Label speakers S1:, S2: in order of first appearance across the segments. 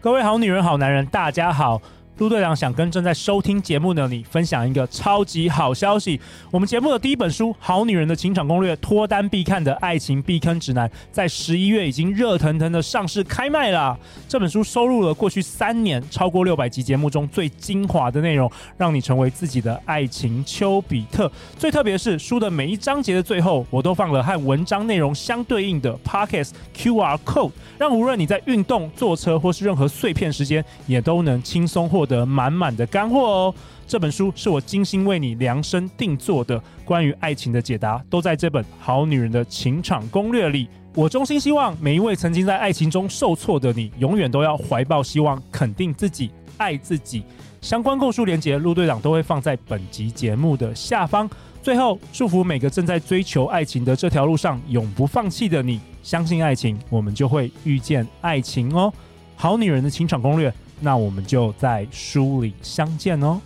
S1: 各位好女人、好男人，大家好。陆队长想跟正在收听节目的你分享一个超级好消息：我们节目的第一本书《好女人的情场攻略》脱单必看的爱情避坑指南，在十一月已经热腾腾的上市开卖啦！这本书收录了过去三年超过六百集节目中最精华的内容，让你成为自己的爱情丘比特。最特别的是，书的每一章节的最后，我都放了和文章内容相对应的 Podcast QR code，让无论你在运动、坐车或是任何碎片时间，也都能轻松获得满满的干货哦。这本书是我精心为你量身定做的，关于爱情的解答都在这本《好女人的情场攻略》里。我衷心希望每一位曾经在爱情中受挫的你，永远都要怀抱希望，肯定自己，爱自己。相关购书链接，陆队长都会放在本集节目的下方。最后，祝福每个正在追求爱情的这条路上永不放弃的你。相信爱情，我们就会遇见爱情哦。好女人的情场攻略，那我们就在书里相见哦。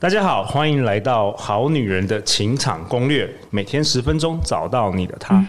S2: 大家好，欢迎来到《好女人的情场攻略》，每天十分钟，找到你的他。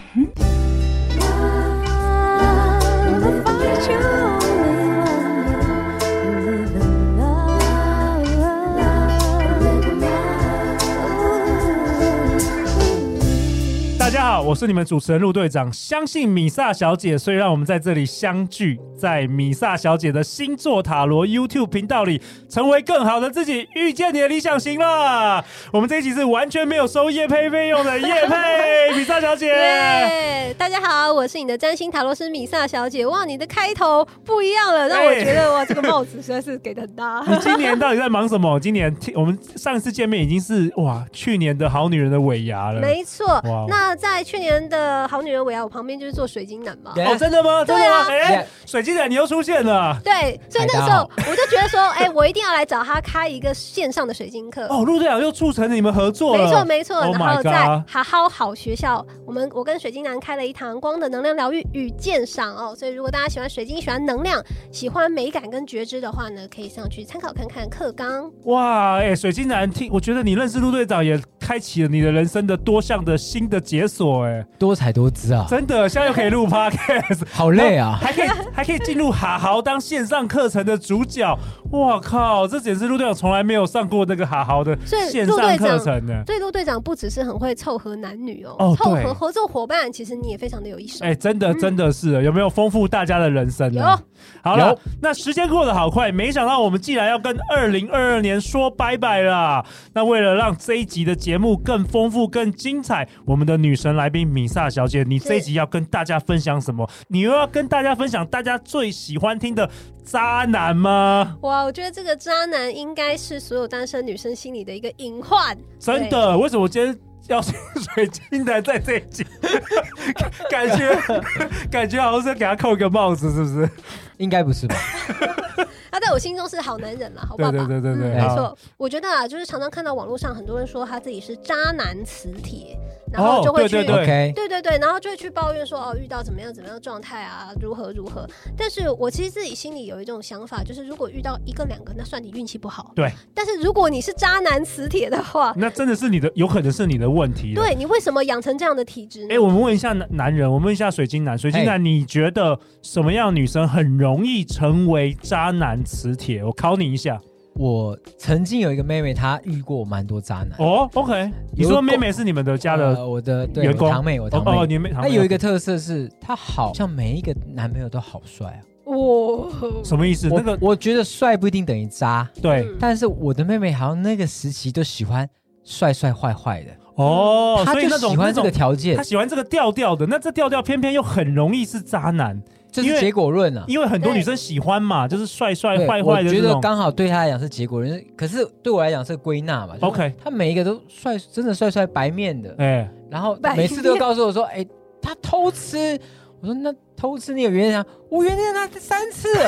S1: 大家好，我是你们主持人陆队长。相信米萨小姐，所以让我们在这里相聚，在米萨小姐的星座塔罗 YouTube 频道里，成为更好的自己，遇见你的理想型啦！我们这一集是完全没有收叶配费用的叶配，米萨小姐。
S3: 耶！大家好，我是你的占星塔罗师米萨小姐。哇，你的开头不一样了，让我觉得哇，这个帽子实在是给的很大。
S1: 你今年到底在忙什么？今年我们上一次见面已经是哇，去年的好女人的尾牙了。
S3: 没错
S1: 哇，
S3: 那在去年的好女人尾牙，我旁边就是做水晶男嘛。
S1: 哦，真的吗？真的吗？
S3: 对啊
S1: 哎、
S4: Yeah
S1: 水晶人你又出现了。
S3: 对，所以那个时候
S4: 海
S3: 我就觉得说，哎、我一定要来找他开一个线上的水晶课。
S1: 哦，陆队长又促成你们合作了。
S3: 没错没错
S1: Oh
S3: 然
S1: my
S3: 后在
S1: god！
S3: 好好好学校，我们我跟水晶男开了一堂光的能量疗愈与鉴赏哦，所以如果大家喜欢水晶、喜欢能量、喜欢美感跟觉知的话呢，可以上去参考看看课纲。
S1: 哇，哎、水晶男听，我觉得你认识陆队长也开启了你的人生的多项的新的解锁、哎，
S4: 多彩多姿啊，
S1: 真的，现在又可以录 podcast，
S4: 好累啊！
S1: 还可以还可以进入哈豪当线上课程的主角，哇靠，这简直陆队长从来没有上过那个哈豪的
S3: 所以
S1: 线
S3: 陆
S1: 上
S3: 队
S1: 课
S3: 长
S1: 程呢。
S3: 所以陆队长不只是很会凑合男女哦，
S1: 哦
S3: 凑
S1: 对
S3: 合合作伙伴，其实你也非常的有一手。
S1: 哎、真的，真的是的，有没有丰富大家的人生呢？
S3: 有。
S1: 好了
S4: 有，
S1: 那时间过得好快，没想到我们竟然要跟二零二二年说拜拜啦。那为了让这一集的节目更丰富、更精彩，我们的女神来宾米萨小姐，你这一集要跟大家分享什么？你又要跟大家分享大家最喜欢听的渣男吗？
S3: 哇，我觉得这个渣男应该是所有单身女生心里的一个隐患。
S1: 真的，为什么我今天？要请水晶男在这一集， 感觉感觉好像是给他扣一个帽子，是不是？
S4: 应该不是吧？
S3: 对，他啊在我心中是好男人啦，好爸
S1: 对
S3: 爸。
S1: 对对对对，
S3: 没
S1: 好
S3: 错，我觉得啊，就是常常看到网络上很多人说他自己是渣男磁铁，然
S1: 哦
S3: 后就会去、
S1: 对 对
S4: OK，
S3: 对对对，然后就会去抱怨说哦，遇到怎么样怎么样的状态啊，如何如何。但是我其实自己心里有一种想法，就是如果遇到一个两个，那算你运气不好。
S1: 对。嗯
S3: 但是如果你是渣男磁铁的 话，
S1: 那真的是你的，有可能是你的问题。。
S3: 对你为什么养成这样的体质呢？
S1: 哎、我们问一下男男人，我们问一下水晶男，水晶男，你觉得什么样的女生很容易成为渣男磁铁？我考你一下。
S4: 我曾经有一个妹妹，她遇过蛮多渣男。
S1: 哦，OK，你
S4: 有
S1: 说
S4: 个
S1: 妹妹是你们的家的
S4: 呃我的对
S1: 员工
S4: 我堂妹，我堂
S1: 哦，哦
S4: 妹。
S1: 你妹，
S4: 她有一个特色是，她好像每一个男朋友都好帅啊。
S3: 我
S1: 什么意思？那
S4: 我
S1: 个
S4: 我觉得帅不一定等于渣，
S1: 对、
S3: 嗯
S4: 但是我的妹妹好像那个时期都喜欢帅帅坏坏的，
S1: 哦，
S4: 她
S1: 所以
S4: 就
S1: 那种
S4: 喜欢这个
S1: 那种
S4: 条件
S1: 他，喜欢这个调调的，那这调调偏偏又很容易是渣男，
S4: 这
S1: 因为
S4: 是结果论啊。
S1: 因为很多
S3: 对
S1: 女生喜欢嘛，就是帅帅
S4: 对
S1: 坏坏的
S4: 我觉
S1: 这
S4: 得
S1: 种。
S4: 刚好对她来讲是结果论，可是对我来讲是归纳嘛。就是
S1: OK
S4: 她每一个都帅，真的帅帅白面的，
S1: 哎、
S4: 然后
S3: 白
S4: 每次都告诉我说：“哎、他偷吃。”我说：“那偷吃你有原谅他？我原谅他三次了。”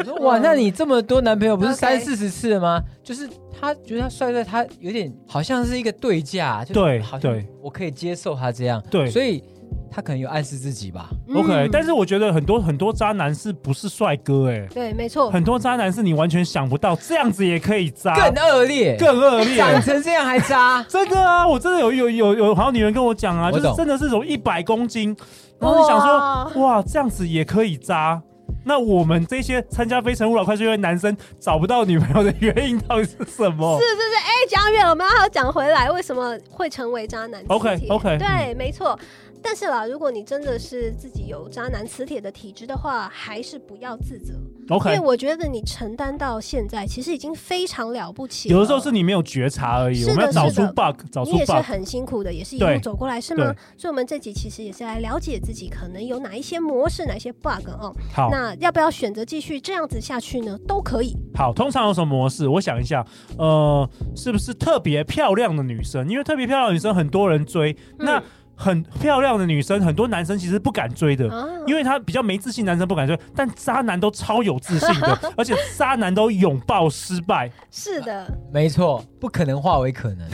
S4: 我说：“哇，
S3: 嗯
S4: 那你这么多男朋友不是
S3: OK
S4: 三四十次了吗？就是他觉得他帅帅，他有点好像是一个对价，就是
S1: 对
S4: 好像
S1: 对
S4: 我可以接受他这样。
S1: 对
S4: 所以他可能有暗示自己吧。
S1: OK，但
S4: 嗯
S3: 是
S1: 是我觉得很多很多渣男是不是帅哥、欸？
S3: 对，没错，
S1: 很多渣男是你完全想不到，这样子也可以渣，
S4: 更恶劣，
S1: 啊更恶劣。，
S3: 哎
S4: 长成这样还渣
S1: 真的啊，我真的有有有有好女人跟我讲啊，
S4: 我
S1: 就是
S4: 懂
S1: 真的是有一百公斤，然后你想说哇，这样子也可以渣。那我们这些参加《非诚勿扰》快速约会男生找不到女朋友的原因到底是什么？
S3: 是是是，哎、讲远了，我们要讲回来，为什么会成为渣男磁铁
S1: OK，OK，嗯
S3: 对，没错。但是啦，如果你真的是自己有渣男磁铁的体质的话，还是不要自责，因
S1: OK，
S3: 为我觉得你承担到现在，其实已经非常了不起了。
S1: 有的时候是你没有觉察而已，
S3: 是
S1: 我们
S3: 的
S1: 要找出
S3: 是的
S1: bug，找出
S3: 你也是
S1: bug。
S3: 很辛苦的，也是一
S1: 对
S3: 路走过来，是
S1: 对？
S3: 吗所以，我们这集其实也是来了解自己可能有哪一些模式、哪一些 bug 哦。
S1: 好
S3: 那要不要选择继续这样子下去呢？都可以。
S1: 好，通常有什么模式？我想一下，呃，是不是特别漂亮的女生？因为特别漂亮的女生很多人追，那很漂亮的女生很多男生其实不敢追的。
S3: 啊，
S1: 因为他比较没自信，男生不敢追，但渣男都超有自信的，而且渣男都拥抱失败，
S3: 是的，
S4: 没错，不可能化为可能。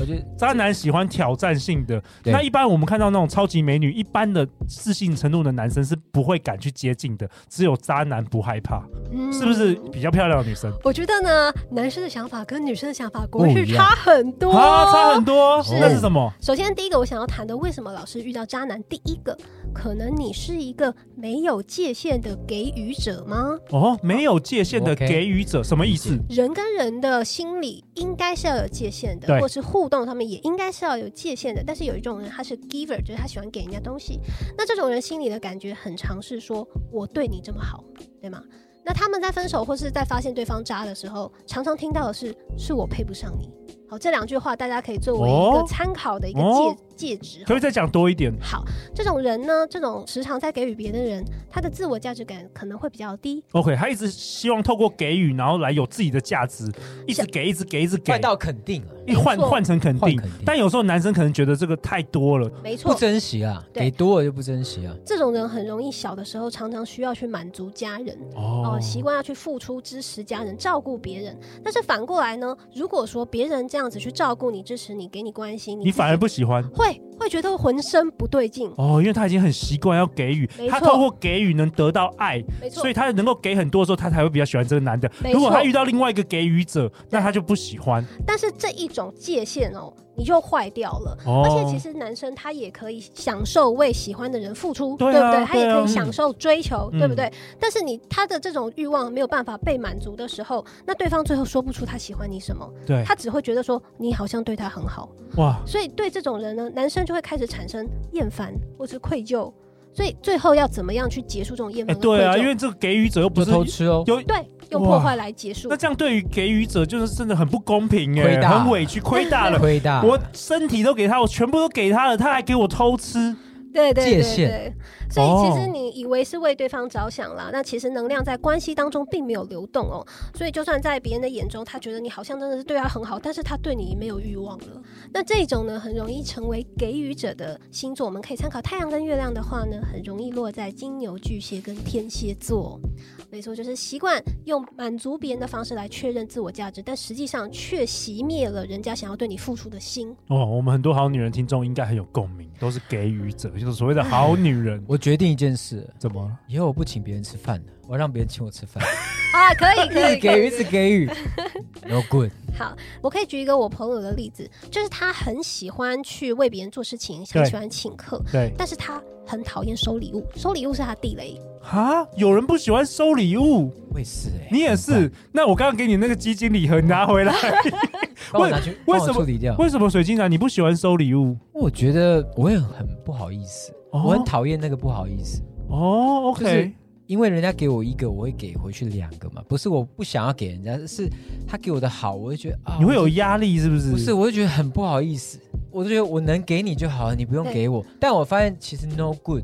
S4: 我觉得
S1: 渣男喜欢挑战性的。
S4: 对
S1: 那一般我们看到那种超级美女，一般的自信程度的男生是不会敢去接近的，只有渣男不害怕，
S3: 嗯
S1: 是不是？比较漂亮的女生？
S3: 我觉得呢，男生的想法跟女生的想法果然
S4: 不
S3: 是
S4: 一样
S3: 差很多。
S1: 啊，差很多，
S4: 是
S1: 那是什么？
S3: 首先，第一个我想要谈的，为什么老是遇到渣男？第一个，可能你是一个没有界限的给予者吗？
S1: 哦，没有界限的
S4: OK
S1: 给予者，什么意思？
S3: 人跟人的心理应该是要有界限的
S1: 对，
S3: 或是互动上面也应该是要有界限的。但是有一种人，他是 giver，就是他喜欢给人家东西。那这种人心里的感觉很常是说我对你这么好，对吗？那他们在分手或是在发现对方渣的时候，常常听到的是是我配不上你。好，这两句话大家可以作为一
S1: 哦
S3: 个参考的一个
S1: 哦
S3: 介介质。
S1: 可不可以再讲多一点？
S3: 好，这种人呢，这种时常在给予别的人，他的自我价值感可能会比较低。
S1: OK，他一直希望透过给予，然后来有自己的价值，一直给，一直给，一直给
S4: 换，到肯定啊了，
S1: 一换
S3: 没错
S1: 换成肯
S4: 换
S1: 定
S4: 肯定。
S1: 但有时候男生可能觉得这个太多了，
S3: 没错
S4: 不，珍惜啊，
S3: 对
S4: 给多了就不珍惜啊。
S3: 这种人很容易小的时候常常需要去满足家人，哦、
S1: 哦，
S3: 习惯要去付出、支持家人、照顾别人。但是反过来呢，如果说别人这样子去照顾你、支持你、给你关心，
S1: 你
S3: 自己
S1: 反而不喜欢。
S3: 会会觉得浑身不对劲。
S1: 哦，因为他已经很习惯要给予
S3: 没，错
S1: 他透过给予能得到爱，
S3: 没错
S1: 所以，他能够给很多的时候，他才会比较喜欢这个男的。
S3: 没错
S1: 如果他遇到另外一个给予者，那他就不喜欢。
S3: 但是这一种界限哦，你就坏掉了。
S1: 哦
S3: 而且其实男生他也可以享受为喜欢的人付出，
S1: 对啊
S3: 不对？他也
S1: 对啊
S3: 可以
S1: 嗯
S3: 享受追求，
S1: 嗯
S3: 对不对？但是你他的这种欲望没有办法被满足的时候，那对方最后说不出他喜欢你什么，
S1: 对，
S3: 他只会觉得说你好像对他很好，
S1: 哇，
S3: 所以对这种人呢，男生就会开始产生厌烦或是愧疚。所以最后要怎么样去结束这种厌
S1: 哎，
S3: 烦、
S1: 对啊，因为这个给予者又不
S4: 就是偷吃哦，
S1: 有
S3: 对用
S1: 哇
S3: 破坏来结束
S1: 那。这样对于给予者就是真的很不公平哎、
S4: 亏大
S1: 很委屈，亏大了。
S4: 亏大。
S1: 我身体都给他，我全部都给他了，他还给我偷吃。
S3: 对对
S4: 界
S3: 对
S4: 限
S3: 对，所以
S1: 哦
S3: 其实你以为是为对方着想啦，那其实能量在关系当中并没有流动哦。所以就算在别人的眼中，他觉得你好像真的是对他很好，但是他对你没有欲望了。那这种呢，很容易成为给予者的星座。我们可以参考太阳跟月亮的话呢，很容易落在金牛、巨蟹跟天蝎座。没错，就是习惯用满足别人的方式来确认自我价值，但实际上却熄灭了人家想要对你付出的 心。
S1: 哦，我们很多好女人听众应该很有共鸣，都是给予者，就是所谓的好女 人。
S4: 我决定一件事，
S1: 怎么了？
S4: 以后我不请别人吃饭了，我让别人请我吃 饭，
S3: 啊，可以，
S4: 一
S3: 可
S4: 直
S3: 以，可
S4: 给予，
S3: 以
S4: 一。直给予。No good，
S3: 好，我可以举一个我朋友的例子，就是他很喜欢去为别人做事情，
S1: 对
S3: 很喜欢请客，
S1: 对
S3: 但是他很讨厌收礼物，收礼物是他地雷。
S1: 啊，有人不喜欢收礼物，
S4: 我也是哎，
S1: 你也是。那我刚刚给你那个基金礼盒，你拿回 来。
S4: 帮我
S1: 为
S4: 拿去，
S1: 为
S4: 帮
S1: 什
S4: 我
S1: 么
S4: 处理掉？
S1: 为什么水晶男你不喜欢收礼物？
S4: 我觉得我会很不好意思，
S1: 哦
S4: 我很讨厌那个不好意思，
S1: 哦，OK，、
S4: 就是因为人家给我一个，我会给回去两个嘛，不是我不想要给人家，是他给我的好，我会觉得啊，
S1: 你会有
S4: 我
S1: 压力是不是？
S4: 不是，我就觉得很不好意思，我就觉得我能给你就好了，你不用
S3: 对
S4: 给我。但我发现其实 no good，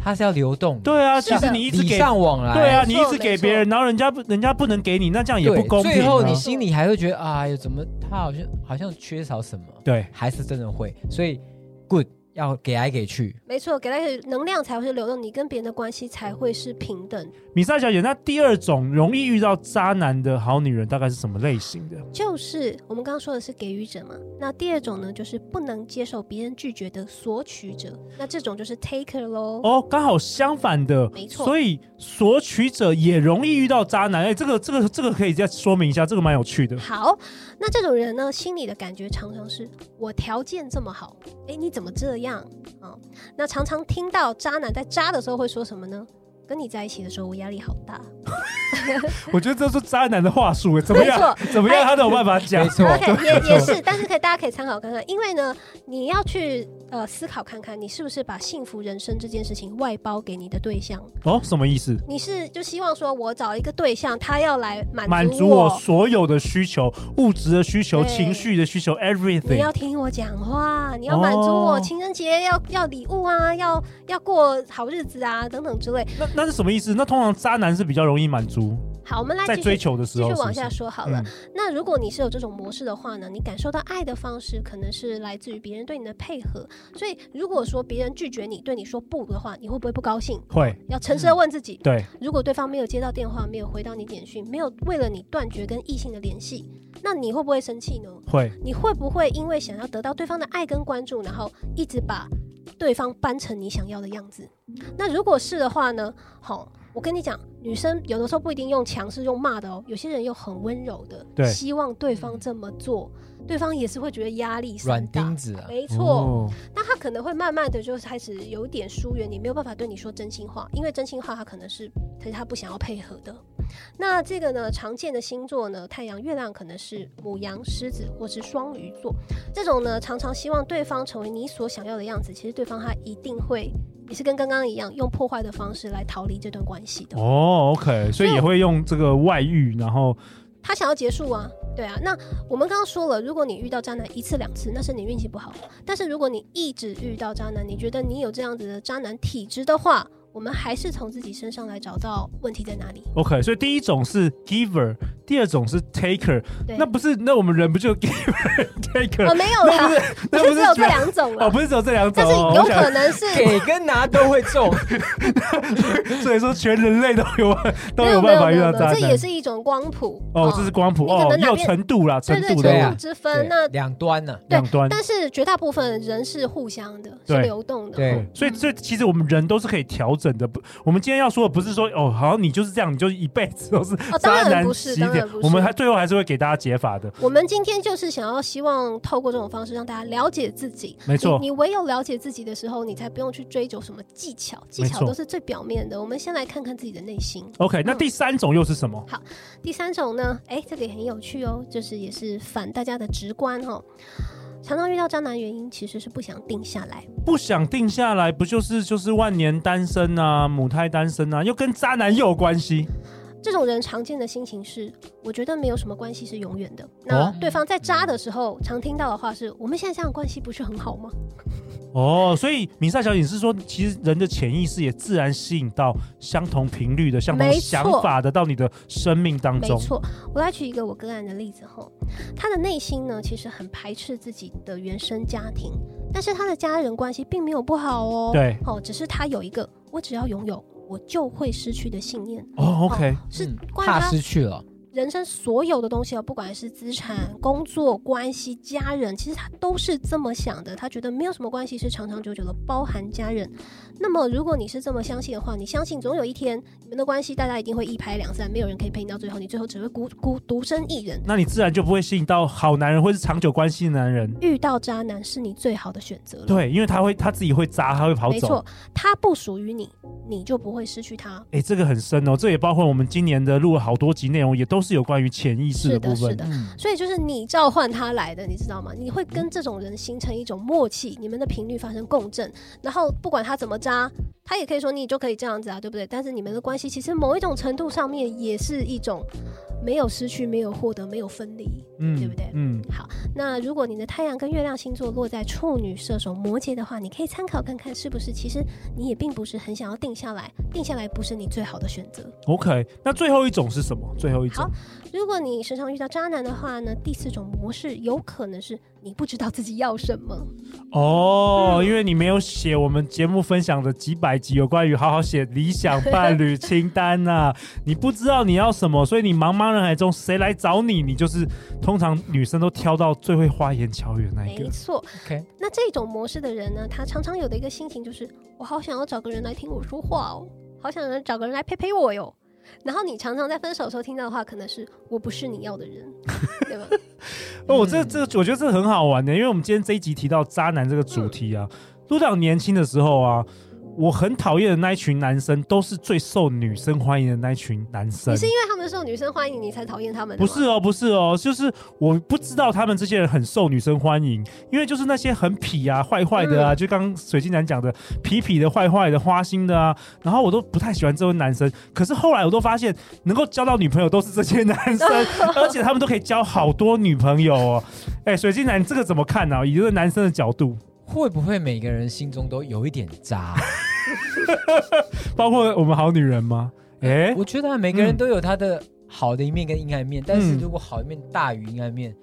S4: 它是要流动的，
S1: 对啊，其
S3: 是
S1: 实
S3: 的
S1: 你一直
S4: 礼
S1: 给，
S4: 尚往来，
S1: 对啊，
S3: 没
S1: 你
S3: 错
S1: 一直给别人，然后人家不人家不能给你，那这样也
S4: 对
S1: 不公平、啊。
S4: 最后你
S3: 是
S4: 心里还会觉得，啊哎呦，怎么他好像好像缺少什么，
S1: 对
S4: 还是真的会，所以 good 要给来给去，
S3: 没错，给他一个能量才会是流动，你跟别人的关系才会是平等。
S1: 米莎小姐，那第二种容易遇到渣男的好女人大概是什么类型的？
S3: 就是我们刚刚说的是给予者嘛，那第二种呢，就是不能接受别人拒绝的索取者，那这种就是 taker 咯。
S1: 哦，刚好相反的，
S3: 没错
S1: 所以索取者也容易遇到渣男。哎、这个这个这个可以再说明一下，这个蛮有趣 的。
S3: 好，那这种人呢，心里的感觉常常是我条件这么好，哎，你怎么这样啊、哦那常常听到渣男在渣的时候会说什么呢？跟你在一起的时候，我压力好大。
S1: 我觉得这是渣男的话术，哎怎么样？怎么样？他都有办法讲
S4: 没。错，
S3: OK，也也是，但是可以大家可以参考看看，因为呢，你要去呃思考看看，你是不是把幸福人生这件事情外包给你的对象？
S1: 哦，什么意思？
S3: 你是就希望说我找一个对象，他要来
S1: 满
S3: 满
S1: 足
S3: 足
S1: 我
S3: 我。
S1: 所有的需求，物质的需求、
S3: 对
S1: 情绪的需求
S3: 你
S1: ，everything
S3: 要。听我讲话，你要满足我，
S1: 哦
S3: 情人节要要礼物啊，要要过好日子啊，等等之类。
S1: 那那是什么意思？那通常渣男是比较容易满足，
S3: 好，我们来
S1: 在
S3: 继
S1: 追
S3: 续
S1: 求的时
S3: 继
S1: 候
S3: 续
S1: 是不是。
S3: 往下说好了。
S1: 嗯
S3: 那如果你是有这种模式的话呢，你感受到爱的方式可能是来自于别人对你的配合。所以如果说别人拒绝你，对你说不的话，你会不会不高兴？
S1: 会，
S3: 要诚实的问自己，
S1: 对，
S3: 如果对方没有接到电话，没有回到你简讯，没有为了你断绝跟异性的联系，那你会不会生气呢？
S1: 会。
S3: 你会不会因为想要得到对方的爱跟关注，然后一直把对方搬成你想要的样子？那如果是的话呢？好、我跟你讲，女生有的时候不一定用强势用骂的哦，有些人又很温柔的，
S1: 对
S3: 希望对方这么做，对方也是会觉得压力山
S4: 软
S3: 大
S4: 钉子啊，
S3: 没错，
S1: 哦
S3: 那他可能会慢慢的就开始有一点疏远你，没有办法对你说真心话，因为真心话他可能是，可是他不想要配合的。那这个呢，常见的星座呢，太阳、月亮可能是母羊、狮子或是双鱼座，这种呢，常常希望对方成为你所想要的样子，其实对方他一定会也是跟刚刚一样，用破坏的方式来逃离这段关系的。
S1: 哦，OK，所以也会用这个外遇，然后
S3: 他想要结束啊，对啊。那我们刚刚说了，如果你遇到渣男一次两次，那是你运气不好；但是如果你一直遇到渣男，你觉得你有这样子的渣男体质的话，我们还是从自己身上来找到问题在哪里。
S1: OK，所以第一种是 giver，第二种是 taker，
S3: 对，
S1: 那不是那我们人不就 giver taker？
S3: 哦没有
S1: 那不
S3: 啦，
S1: 是
S3: 不
S1: 那
S3: 是
S1: 不
S3: 只有
S1: 是
S3: 这两种
S1: 哦，
S3: 了，
S1: 不是只有这两种
S3: 但是
S1: 哦，
S3: 有
S1: 我想
S3: 可能是
S4: 给跟拿都会 中，
S1: 所以说全人类都有都
S3: 没
S1: 有
S3: 有没
S1: 办
S3: 有
S1: 法
S3: 没
S1: 遇到
S3: 有没
S1: 渣
S3: 有，这也
S1: 男。
S3: 是一种光谱
S1: 哦，这是光谱
S3: 你可能
S1: 哦，
S3: 哪
S1: 也有
S3: 边
S1: 程度啦，程
S3: 对对
S1: 度
S3: 程
S4: 对
S1: 的哦
S4: 啊
S3: 度之分。那
S4: 对两端啊呢，
S1: 两端。
S3: 但是绝大部分人是互相的，是
S1: 对
S3: 流动的。
S4: 对，
S1: 哦所以，所以其实我们人都是可以调整的。不，我们今天要说的不是说哦，好像你就是这样，你就一辈子都是
S3: 哦，当
S1: 渣
S3: 然
S1: 男
S3: 不
S1: 起
S3: 是，
S1: 点。
S3: 当然不是。
S1: 我们还最后还是会给大家解法的，
S3: 我们今天就是想要希望透过这种方式让大家了解自己。
S1: 没错
S3: 你，你唯有了解自己的时候，你才不用去追求什么技巧，技
S1: 没
S3: 巧
S1: 错
S3: 都是最表面的。我们先来看看自己的内心。
S1: OK，那
S3: 嗯
S1: 第三种又是什么？
S3: 第三种呢，哎，这个也很有趣哦，就是也是反大家的直观哦。常常遇到渣男，原因其实是不想定下来。
S1: 不想定下来，不就是就是万年单身啊，母胎单身啊，又跟渣男又有关系
S3: 这种人常见的心情是，我觉得没有什么关系是永远的。那
S1: 哦
S3: 对方在渣的时候，常听到的话是：我们现在这样的关系不是很好吗？
S1: 哦。所以米莎小姐是说，其实人的潜意识也自然吸引到相同频率的、相同
S3: 没错
S1: 想法的到你的生命当
S3: 没
S1: 嗯中。
S3: 错，我来举一个我个案的例子哈，他的内心呢其实很排斥自己的原生家庭，但是他的家人关系并没有不好哦。，
S1: 对，
S3: 哦，只是他有一个我只要拥有我就会失去的信念，
S1: 哦，OK，
S3: 是
S4: 嗯
S3: 关于
S4: 怕
S3: 他
S4: 失去了，
S3: 人生所有的东西哦，不管是资产、工作、关系、家人，其实他都是这么想的。他觉得没有什么关系是长长久久的，包含家人。那么，如果你是这么相信的话，你相信总有一天你们的关系大家一定会一拍两散，没有人可以陪你到最后，你最后只会孤孤独身一人。
S1: 那你自然就不会吸引到好男人或是长久关系的男人。
S3: 遇到渣男是你最好的选择了。
S1: 对，因为他会他自己会渣，他会跑
S3: 没
S1: 走
S3: 错。，他不属于你，你就不会失去他。
S1: 哎、这个很深哦，这也包括我们今年的录了好多集内容，也都是有关于潜意识
S3: 是
S1: 部
S3: 的，是
S1: 分。
S3: 的。
S4: 嗯，
S3: 所以就是你召唤他来的，你知道吗？你会跟这种人形成一种默契，你们的频率发生共振，然后不管他怎么渣，他也可以说你就可以这样子啊，对不对？但是你们的关系其实某一种程度上面也是一种没有失去、没有获得、没有分离。
S1: 嗯
S3: 对不对
S1: 嗯，
S3: 那如果你的太阳跟月亮星座落在处女、射手、摩羯的话，你可以参考看看是不是，其实你也并不是很想要定下来，定下来不是你最好的选择。
S1: OK，那最后一种是什么？最后一种
S3: 好如果你时常遇到渣男的话呢，第四种模式有可能是你不知道自己要什么。
S1: 哦，因为你没有写我们节目分享的几百集有关于好好写理想伴侣清单 呐、你不知道你要什么，所以你茫茫人海中谁来找你，你就是通常女生都挑到最会花言巧语的那一
S3: 没
S1: 个。
S3: 错，
S4: OK，
S3: 那这种模式的人呢，他常常有的一个心情就是，我好想要找个人来听我说话哦，好想要找个人来陪陪我哟。然后你常常在分手的时候听到的话，可能是我不是你要的人，对吧？
S1: 哦，我这这，我觉得这很好玩的，因为我们今天这一集提到渣男这个主题啊，陆长年轻的时候啊。我很讨厌的那一群男生，都是最受女生欢迎的那一群男生。
S3: 你是因为他们受女生欢迎，你才讨厌他们的
S1: 不
S3: 吗？
S1: 是哦，不是哦，就是我不知道他们这些人很受女生欢迎，因为就是那些很痞啊、坏坏的啊，就刚刚水晶男讲的痞痞的、坏坏的、花心的啊，然后我都不太喜欢这种男生。可是后来我都发现，能够交到女朋友都是这些男生，而且他们都可以交好多女朋友哦。哎，水晶男，你这个怎么看啊呢、以一个男生的角度，
S4: 会不会每个人心中都有一点渣？
S1: 包括我们好女人吗？哎，
S4: 我觉得啊每个人都有他的好的一面跟阴暗面，但是如果好一面大于阴暗面，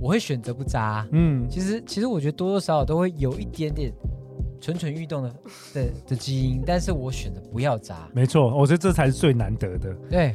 S4: 我会选择不渣。
S1: 嗯，
S4: 其实，其实我觉得多多少少都会有一点点蠢蠢欲动的的的基因，但是我选择不要渣。
S1: 没错，我觉得这才是最难得的。
S4: 对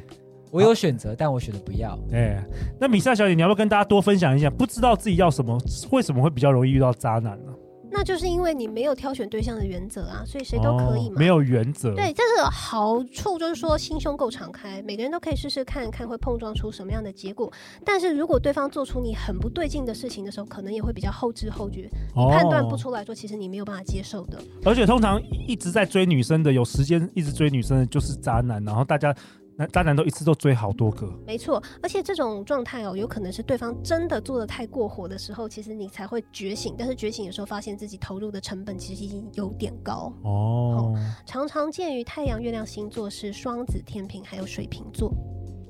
S4: 我有选择，但我选择不要。
S1: 哎，那米莎小姐，你要不要跟大家多分享一下？不知道自己要什么，为什么会比较容易遇到渣男呢、
S3: 那就是因为你没有挑选对象的原则啊，所以谁都可以
S1: 哦
S3: 嘛。
S1: 没有原则。
S3: 对，这个好处就是说心胸够敞开，每个人都可以试试看看会碰撞出什么样的结果。但是如果对方做出你很不对劲的事情的时候，可能也会比较后知后觉，你
S1: 哦
S3: 判断不出来说其实你没有办法接受的。
S1: 而且通常一直在追女生的，有时间一直追女生的就是渣男，然后大家那渣男都一次都追好多个。
S3: 没错，而且这种状态哦，有可能是对方真的做的太过火的时候，其实你才会觉醒。但是觉醒的时候，发现自己投入的成本其实已经有点高。
S1: 哦，
S3: 常常见于太阳、月亮星座是双子、天平还有水瓶座。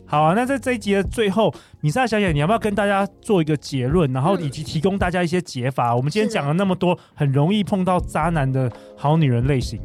S1: 好啊，那在这一集的最后，米莎小姐，你要不要跟大家做一个结论，然后
S3: 嗯
S1: 以及提供大家一些解法？我们今天
S3: 是的
S1: 讲了那么多很容易碰到渣男的好女人类型，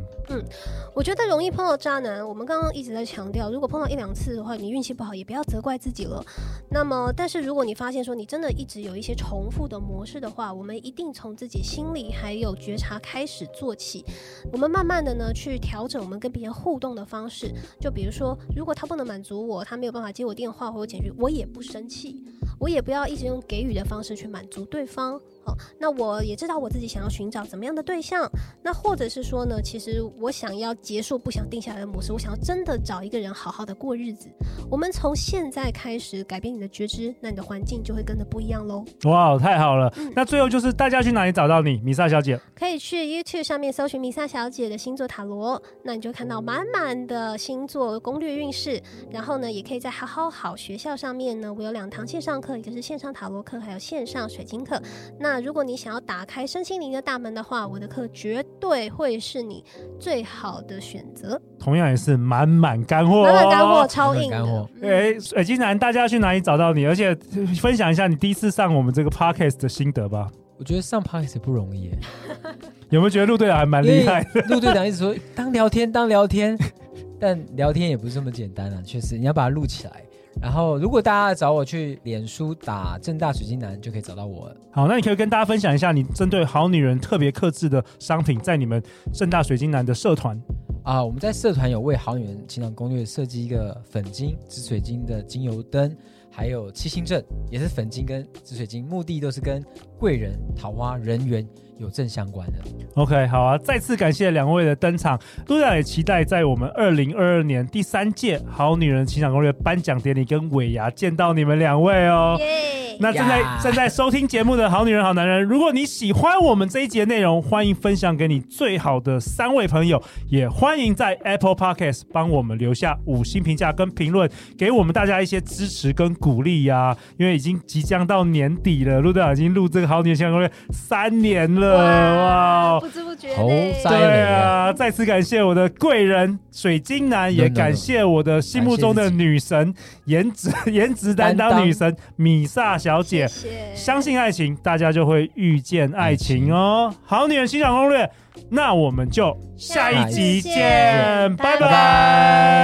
S3: 我觉得容易碰到渣男，我们刚刚一直在强调，如果碰到一两次的话，你运气不好也不要责怪自己了。那么，但是如果你发现说你真的一直有一些重复的模式的话，我们一定从自己心里还有觉察开始做起。我们慢慢的呢去调整我们跟别人互动的方式，就比如说，如果他不能满足我，他没有办法接我电话或者简讯，我也不生气，我也不要一直用给予的方式去满足对方。好，那我也知道我自己想要寻找怎么样的对象，那或者是说呢，其实我想要结束不想定下来的模式，我想要真的找一个人好好的过日子。我们从现在开始改变你的觉知，那你的环境就会跟着不一样喽。
S1: 哇，哦太好了！
S3: 嗯
S1: 那最后就是大家去哪里找到你，米莎小姐？
S3: 可以去 YouTube 上面搜寻米萨小姐的星座塔罗，那你就看到满满的星座攻略运势。然后呢，也可以在好好好学校上面呢，我有两堂线上课，一个是线上塔罗课，还有线上水晶课。那如果你想要打开身心灵的大门的话，我的课绝对会是你最好的选择。
S1: 同样也是满满干货、哦，
S3: 满满干货，。超硬
S4: 满满干
S3: 的
S4: 货。
S3: 嗯
S1: 哎，水晶男，大家去哪里找到你？而且呃分享一下你第一次上我们这个 podcast 的心得吧。
S4: 我觉得上 p a r k 不容易耶，
S1: 有没有觉得陆队长还蛮
S4: 因为
S1: 厉害的？
S4: 陆队长一直说当聊天，当聊天， 但聊天也不是这么简单啊，确实你要把它录起来。然后，如果大家找我去脸书打“正大水晶男”，就可以找到我了。
S1: 好，那你可以跟大家分享一下你针对好女人特别克制的商品，在你们正大水晶男的社团。
S4: 啊，我们在社团有为好女人情场攻略设计一个粉晶、紫水晶的精油灯，还有七星阵，也是粉晶跟紫水晶，目的都是跟贵人、桃花、人缘有正相关的。
S1: OK，好啊，再次感谢两位的登场。陆队长也期待在我们二零二二年第三届好女人情场攻略颁奖典礼跟尾牙见到你们两位哦。
S3: 耶！
S1: 那正在
S4: 呀
S1: 正在收听节目的好女人、好男人，如果你喜欢我们这一节内容，欢迎分享给你最好的三位朋友，也欢迎在 Apple Podcast 帮我们留下五星评价跟评论，给我们大家一些支持跟鼓励呀、因为已经即将到年底了，陆队长已经录这个好女人相关攻略三年了，呃哇！哦
S3: 不知不觉
S4: 好
S3: 呢
S4: 赞
S1: 对啊，再次感谢我的贵人水晶男，也
S4: No, no, no
S1: 感谢我的心目中的女神颜值颜值担当女神米萨小姐
S3: 谢。谢，
S1: 相信爱情，大家就会遇见爱情哦。好女人欣赏攻略，那我们就下一集
S3: 下一集
S1: 见，
S3: 见
S1: 拜
S3: 拜
S1: 拜